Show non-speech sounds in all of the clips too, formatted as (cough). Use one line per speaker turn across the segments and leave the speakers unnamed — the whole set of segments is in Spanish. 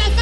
las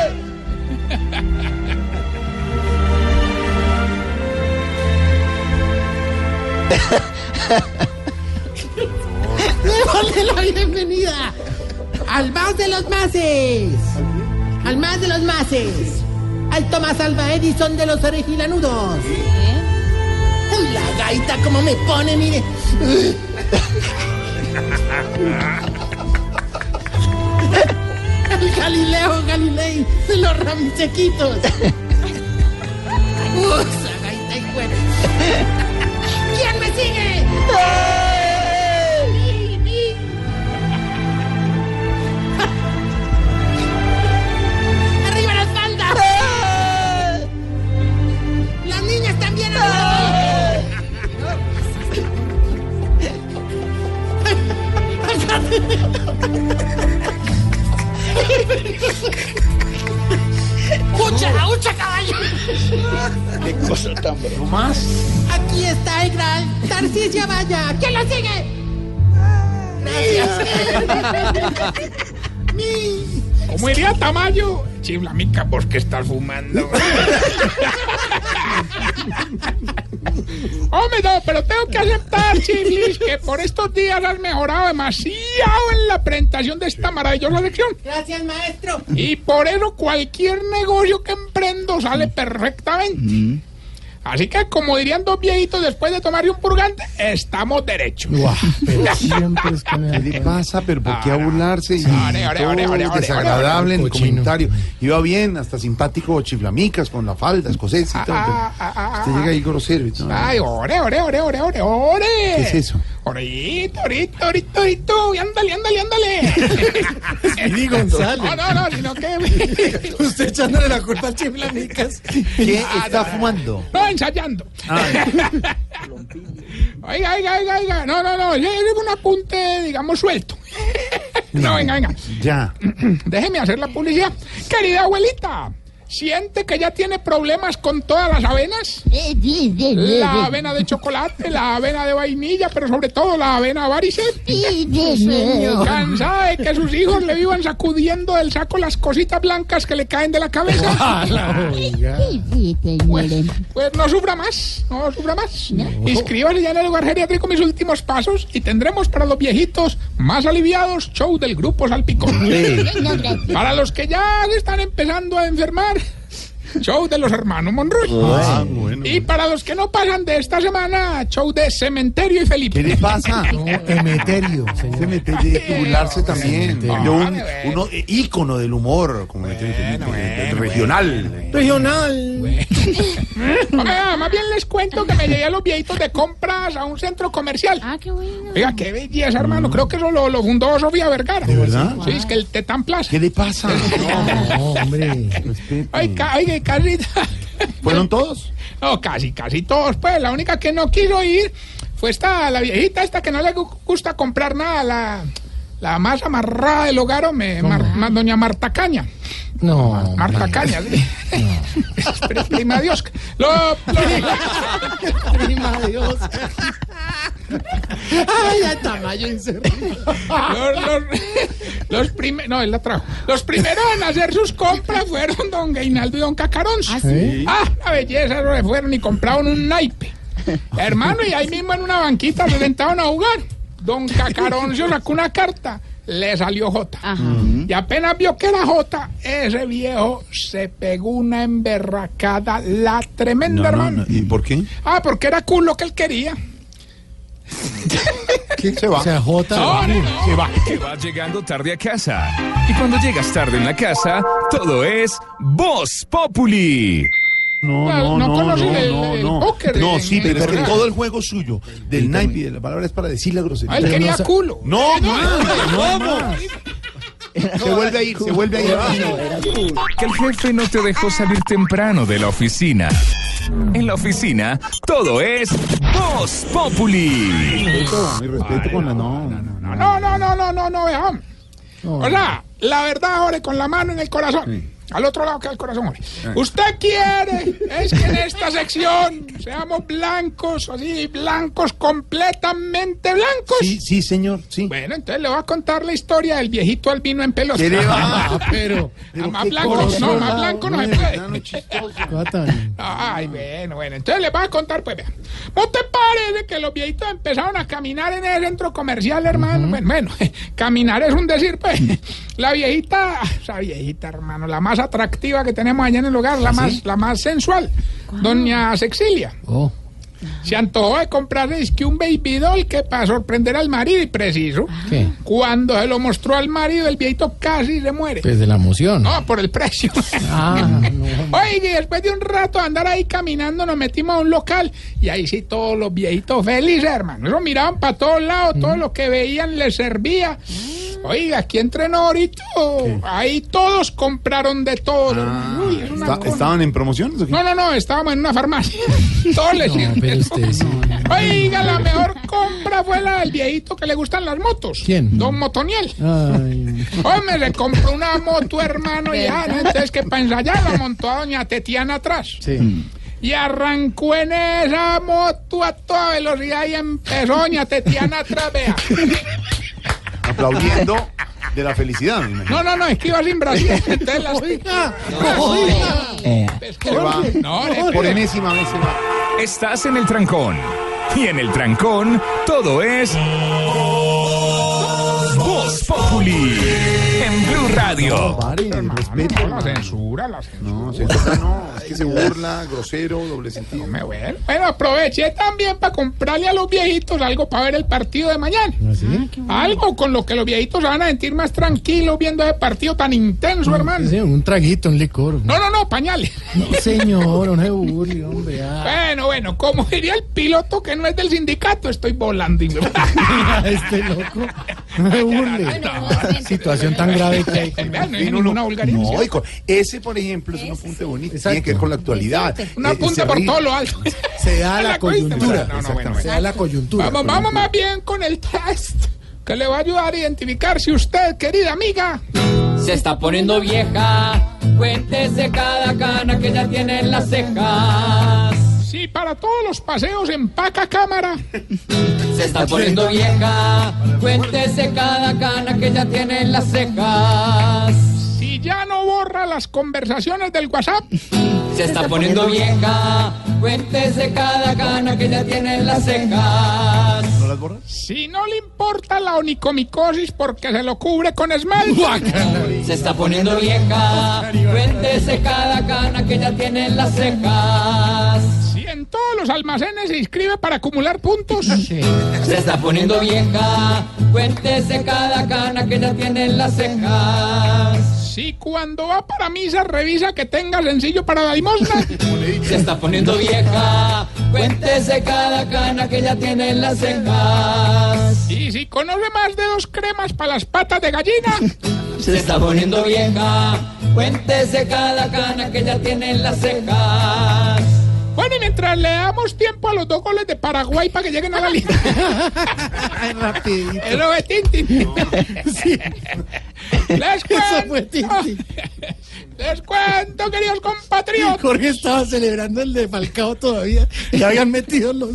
faldas! (laughs) Démosle la bienvenida al más de los mases. Al más de los mases. Al Tomás Alba Edison de los origilanudos. La gaita como me pone, mire. El Galileo Galilei de los ramisequitos. Usa gaita y cuero. ¿Quién me sigue? Mi, mi. ¡Arriba las bandas! ¡Las niñas también! ¡Arriba! ¡Ucha, ucha, caballo! Aquí está el gran Tarcisio Vaya. ¿Quién lo
(laughs)
sigue? Gracias. Mi.
¿Cómo iría Tamayo? Chiflamica, ¿por qué estás fumando? Hombre, no, pero tengo que aceptar, Chiflis, que por estos días has mejorado demasiado en la presentación de esta maravillosa lección.
Gracias, maestro.
Y por eso cualquier negocio que emprendo sale perfectamente. Así que, como dirían dos viejitos después de tomarle un purgante, estamos derechos.
Ah,
Pero siempre es
(laughs)
que me ¿Qué le pasa? ¿Pero por qué a burlarse? Y
Ore, ore, ore, ore,
todo
ore,
desagradable en el comentario. Iba bien, hasta simpático chiflamicas con la falda escocesa y todo.
Ah,
pero
ah, ah, ah,
Usted llega ahí grosero y todo.
Ay, ore, ore, ore, ore, ore, ore.
¿Qué es eso?
Orito, orito, orito, orito. Y ándale, ándale, ándale.
Eddie González.
No, no, no, sino que. (laughs)
Usted echándole la culpa al chiflamicas.
¿Qué está fumando?
No, ensayando. (laughs) oiga, oiga, oiga, oiga. No, no, no. Yo digo un apunte, digamos, suelto. no, venga, venga. (clears throat)
Ya.
Déjeme hacer la publicidad. Querida abuelita, ¿siente que ya tiene problemas con todas las avenas?
Eh,
La avena de chocolate, la avena de vainilla, pero sobre todo la avena varice. Cansada de que sus hijos le vivan sacudiendo del saco las cositas blancas que le caen de la cabeza. Pues no sufra más, no sufra más. Inscríbase ya en el lugar geriátrico mis últimos pasos y tendremos para los viejitos más aliviados show del grupo Salpicón. Para los que ya se están empezando a enfermar, show de los hermanos Monroy.
Ah, bueno.
Y para los que no pasan de esta semana, show de Cementerio y
¿Qué
Felipe.
le (laughs) pasa?
Emeterio,
Se
señor.
mete de burlarse también.
Ah,
Yo un,
bueno.
uno eh, ícono del humor, como me tiene que- eh, regional.
Regional.
Oiga, Ah, más bien les cuento que me llegué a los viejitos de compras a un centro comercial.
Ah, qué bueno.
Oiga, qué belleza, hermano. Creo que eso lo, lo fundó Sofía Vergara.
¿De verdad?
Sí, es que el Tetán Plaza.
¿Qué le (laughs) pasa?
No, hombre. pues,
Respete.
Oiga, oiga, Carlita.
¿Fueron todos?
(laughs) No, casi, casi todos. Pues la única que no quiso ir fue esta, la viejita esta que no le gu- gusta comprar nada, la, la más amarrada del hogar, hombre, Mar- ma- doña Marta Caña.
No.
Marta Caña,
(laughs)
sí. (laughs) Pri- prima de Oscar. Lo, lo-
Prima Dios. Ay, a Tamayo inservible.
los, los, los prime- no, él la trajo. Los primeros en hacer sus compras fueron don Gainaldo y don Cacarón.
¿Ah, sí?
Ah, la belleza, se fueron y compraron un naipe. Hermano, y ahí mismo en una banquita se sentaron a jugar. Don Cacaroncio sacó una carta, le salió Jota. Y apenas vio que era Jota, ese viejo se pegó una emberracada, la tremenda,
No, no,
hermano.
no. ¿Y por qué?
Ah, porque era cool lo que él quería.
Se va.
O sea, J.
¿ah? No, no, no.
que va llegando tarde a casa. Y cuando llegas tarde en la casa, todo es Voz Populi.
No, no,
No, no
no, no,
conoce el-
no,
el
no.
póker,
No,
eh,
sí,
eh,
pero es que
¿verdad?
todo el juego suyo del naipe y de la palabra es para decir la grosería.
Ah, él quería culo.
No, más, no, más. Se vuelve a ir, se vuelve a ir.
Que el jefe no te dejó salir temprano de la oficina. En la oficina, todo es Voz Populi.
Respeto, mi respeto con la no, no, no. no.
No, no, no, no, no, no, vejame. O sea, la verdad, Jorge, con la mano en el corazón. Al otro lado que el corazón, Jorge.
Ah.
Usted quiere, es que en esta sección seamos blancos, así, blancos, completamente blancos.
Sí, sí, señor, sí.
Bueno, entonces le voy a contar la historia del viejito albino en pelos. (laughs)
¿Qué le va?
Pero,
Pero
Ah, más
qué
blanco,
cosa,
no, más blanco no se puede.
no, no, chistoso.
Catan.
Ay, bueno, bueno. Entonces les voy a contar, pues, vean. ¿No te parece que los viejitos empezaron a caminar en el centro comercial, hermano? Bueno, bueno, (laughs) caminar es un decir, pues. (laughs) La viejita, esa viejita, hermano, la más atractiva que tenemos allá en el hogar, la, más, la más sensual, doña Sexilia.
Oh,
Se antojó de comprar es que un baby doll que para sorprender al marido, y preciso.
¿qué?
Cuando se lo mostró al marido, el viejito casi se muere.
Pues de la emoción.
No, por el precio.
Ah, no.
Oye, y después de un rato de andar ahí caminando, nos metimos a un local y ahí sí todos los viejitos felices, hermano. Eso miraban para todos lados,
Mm.
todo lo que veían les servía. Oiga, aquí entrenó ahorita. Ahí todos compraron de todo.
Ah.
hermano. Uy, es una
Está-
cosa.
¿Estaban en promociones o
(laughs)
qué?
No, no, no, estábamos en una
(laughs)
farmacia. Todo les
No,
sirve.
Ah, pero este- usted sí.
Oiga, la mejor compra fue la del viejito que le gustan las motos.
¿Quién?
Don Motoniel.
Ay,
Hombre, le compró una moto, hermano, y ah, ¿no? entonces que para ensayar la montó a doña Tetiana atrás.
sí.
Y arrancó en esa moto a toda velocidad y empezó doña Tetiana atrás, vea.
Aplaudiendo de la felicidad. me imagino.
No, no, no, es que iba sin Brasil. Entonces las...
Oiga,
es que-
Se va.
No, le-
Por enésima vez se va.
Estás en el trancón. Y en el trancón, todo es Voz Populi. En Blue Radio.
Pare,
no,
respeto.
la censura, la censura.
No, se trata, no, es que se burla, grosero, doble sentido.
Me bueno, bueno, aproveché también para comprarle a los viejitos algo para ver el partido de mañana.
¿Así?
Algo con lo que los viejitos se van a sentir más tranquilos viendo ese partido tan intenso, hermano.
Sí, un traguito, un licor.
Ah, No, no, no, pañales.
No, señor, no se burle, hombre. ah.
Bueno, bueno, como diría el piloto que no es del sindicato, estoy
(laughs)
volando.
(laughs) Este loco, no se burle. Situación tan grave
(laughs)
que hay.
Vean, no hay
Y no,
ninguna
no,
vulgaridad.
no, y con- ese, por ejemplo, es un apunte bonito. Tiene que ver con la actualidad.
Una
Eh,
punta
se
por
ríe.
todo lo
(laughs)
alto.
Se da la coyuntura.
No, no, bueno,
Se
bueno.
da la coyuntura.
Vamos, vamos más bien con el test que le va a ayudar a identificar si usted, querida amiga,
Se está poniendo vieja, cuéntese cada cana que ya tiene en las cejas.
si para todos los paseos empaca cámara,
Se está poniendo vieja, cuéntese cada cana que ya tiene en las cejas.
si ya no borra las conversaciones del WhatsApp,
Se está poniendo vieja, cuéntese cada cana que ya tiene en las cejas.
¿No las borras?
si no le importa la onicomicosis porque se lo cubre con esmalte,
Se está poniendo vieja, cuéntese cada cana que ya tiene en las cejas.
si en todos los almacenes se inscribe para acumular puntos.
Se está poniendo vieja, cuéntese cada cana que ya tiene en las cejas.
Si cuando va para misa revisa que tenga sencillo para la
(laughs)
limosna.
Se está poniendo vieja, cuéntese cada cana que ya tiene en las cejas.
y si conoce más de dos cremas para las patas de gallina.
Se está poniendo vieja, cuéntese cada cana que ya tiene en las cejas.
Bueno, y mientras le damos tiempo a los dos goles de Paraguay para que lleguen a la
(laughs)
liga. (laughs)
Rapidito.
Eso es Tintín. Les
Eso fue
cuento.
Tintín.
Les cuento, queridos compatriotas.
Jorge estaba celebrando el de Falcao todavía. Y habían metido los.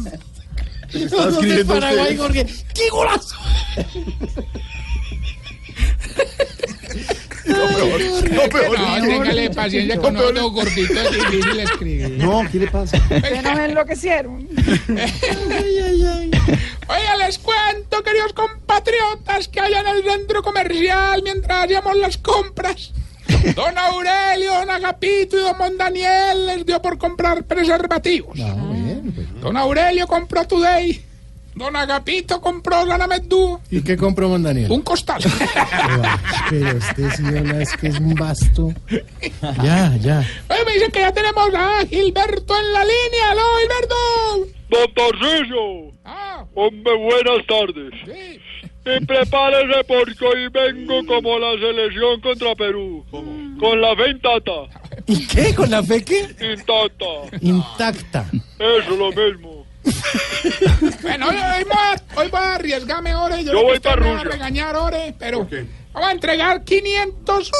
Los dos de
escribiendo
Paraguay,
ustedes.
Jorge. ¡Qué golazo!
No, peor.
No, téngale paciencia con los dos gorditos, es difícil escribir.
No, ¿qué le pasa?
Oiga, les cuento, queridos compatriotas, que allá en el centro comercial, mientras hacíamos las compras, don Aurelio, don Agapito y don Mondaniel les dio por comprar preservativos.
Ah, bueno, pues.
Don Aurelio compró Today, Don Agapito compró ganame dúo,
¿Y qué compró Mondaniel?
un costal.
Pero este sí, hola, es que es un basto. Ya, ya.
Oye, me dicen que ya tenemos a Gilberto en la línea. ¡Aló, Gilberto!
Don Tarcillo,
Ah,
hombre, buenas tardes.
sí.
Y prepárese porque hoy vengo como la selección contra Perú. Con la fe intacta.
¿Y qué? ¿Con la fe qué?
Intacta.
Intacta.
Eso lo mismo.
Bueno, hoy, hoy voy a, hoy voy a arriesgarme, Ore. Yo,
Yo
sé que
voy
usted
pa'
me va a
Rusia.
regañar, Ore, pero vamos a entregar 500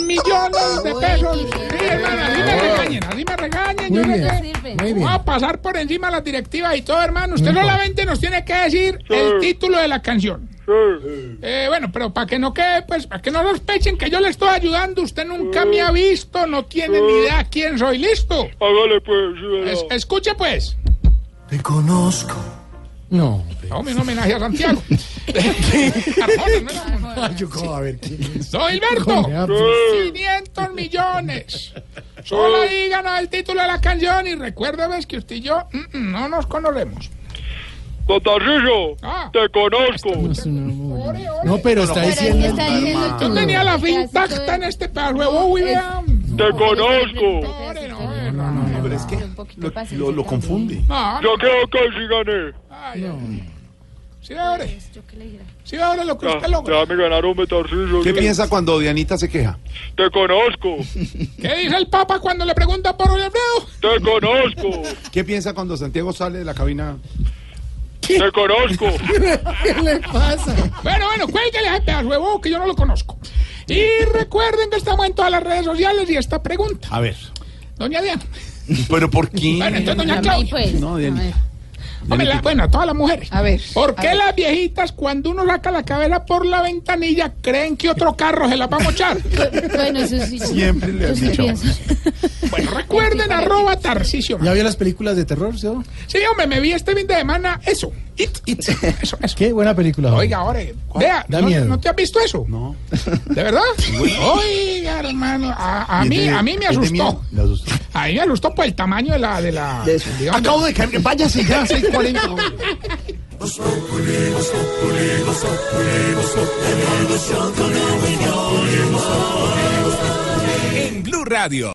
millones de pesos. Sí, hermano, así me regañen, así me regañen. Yo
Muy
sé
bien.
que
Muy bien.
voy a pasar por encima de las directivas y todo, hermano. Usted solamente nos tiene que decir el título de la canción.
Sí.
Eh, bueno, pero para que no quede, pues, para que no sospechen que yo le estoy ayudando, usted nunca me ha visto, no tiene ni idea quién soy, listo.
Hágale pues, sí, verá.
Es- escuche pues.
Te conozco. No.
Hombre, un homenaje a Santiago. (laughs) Arjona, ¿no era?
Ay, yo cómo a ver quién es.
Soy
Con
Alberto.
la-
500 millones. Solo digan el título de la canción y recuérdame que usted y yo mm, mm, no nos conocemos.
Don Tarcillo,
Ah.
te conozco.
No, es una bola.
Ore, ore.
No, pero está diciendo.
Yo tenía la fe intacta en este pedazo de huevo, William.
Te conozco.
Ore, no, ore, no.
Pero es que lo, lo- lo confunde.
No, no.
Yo creo que hoy sí gané.
Ay, Sí, ore. Sí, ore lo que
Ya,
usted logra.
Ah, ya me ganaron, me Tarcillo.
¿Qué
sí.
piensa cuando Dianita se queja?
Te conozco.
¿Qué dice el Papa cuando le pregunta por el Alfredo?
(laughs)
Te conozco.
¿Qué piensa cuando Santiago sale de la cabina?
Te conozco.
¿Qué le pasa?
Bueno, bueno, cuélguele a ese pedazo de huevo que yo no lo conozco. Y recuerden que estamos en todas las redes sociales y esta pregunta.
A ver.
Doña Diana.
¿Pero por
Bueno,
qué?
entonces doña Claudia.
pues.
pues.
No, Dianita.
Hombre, la- bueno, a todas las mujeres.
A ver.
¿Por qué las viejitas cuando uno saca la cabeza por la ventanilla creen que otro carro se la va
(laughs)
a mochar?
Bueno, eso sí.
Siempre le han dicho.
bueno, recuerden arroba Tarcisio.
¿Ya vio las películas de terror, yo?
Sí, hombre, me vi este fin de semana eso. It,
(laughs)
it. Eso, eso.
Qué buena película.
Oiga, ahora, vea,
Da
¿no,
miedo.
¿no te has visto eso?
No.
¿De
(laughs)
verdad? Oiga, hermano, a, a mí, a mí me
¿Es de miedo?
asustó.
Me asustó.
A mí me asustó por el tamaño de la... De la digamos,
Acabo de caer. Váyase ya, 640.
En Blue Radio.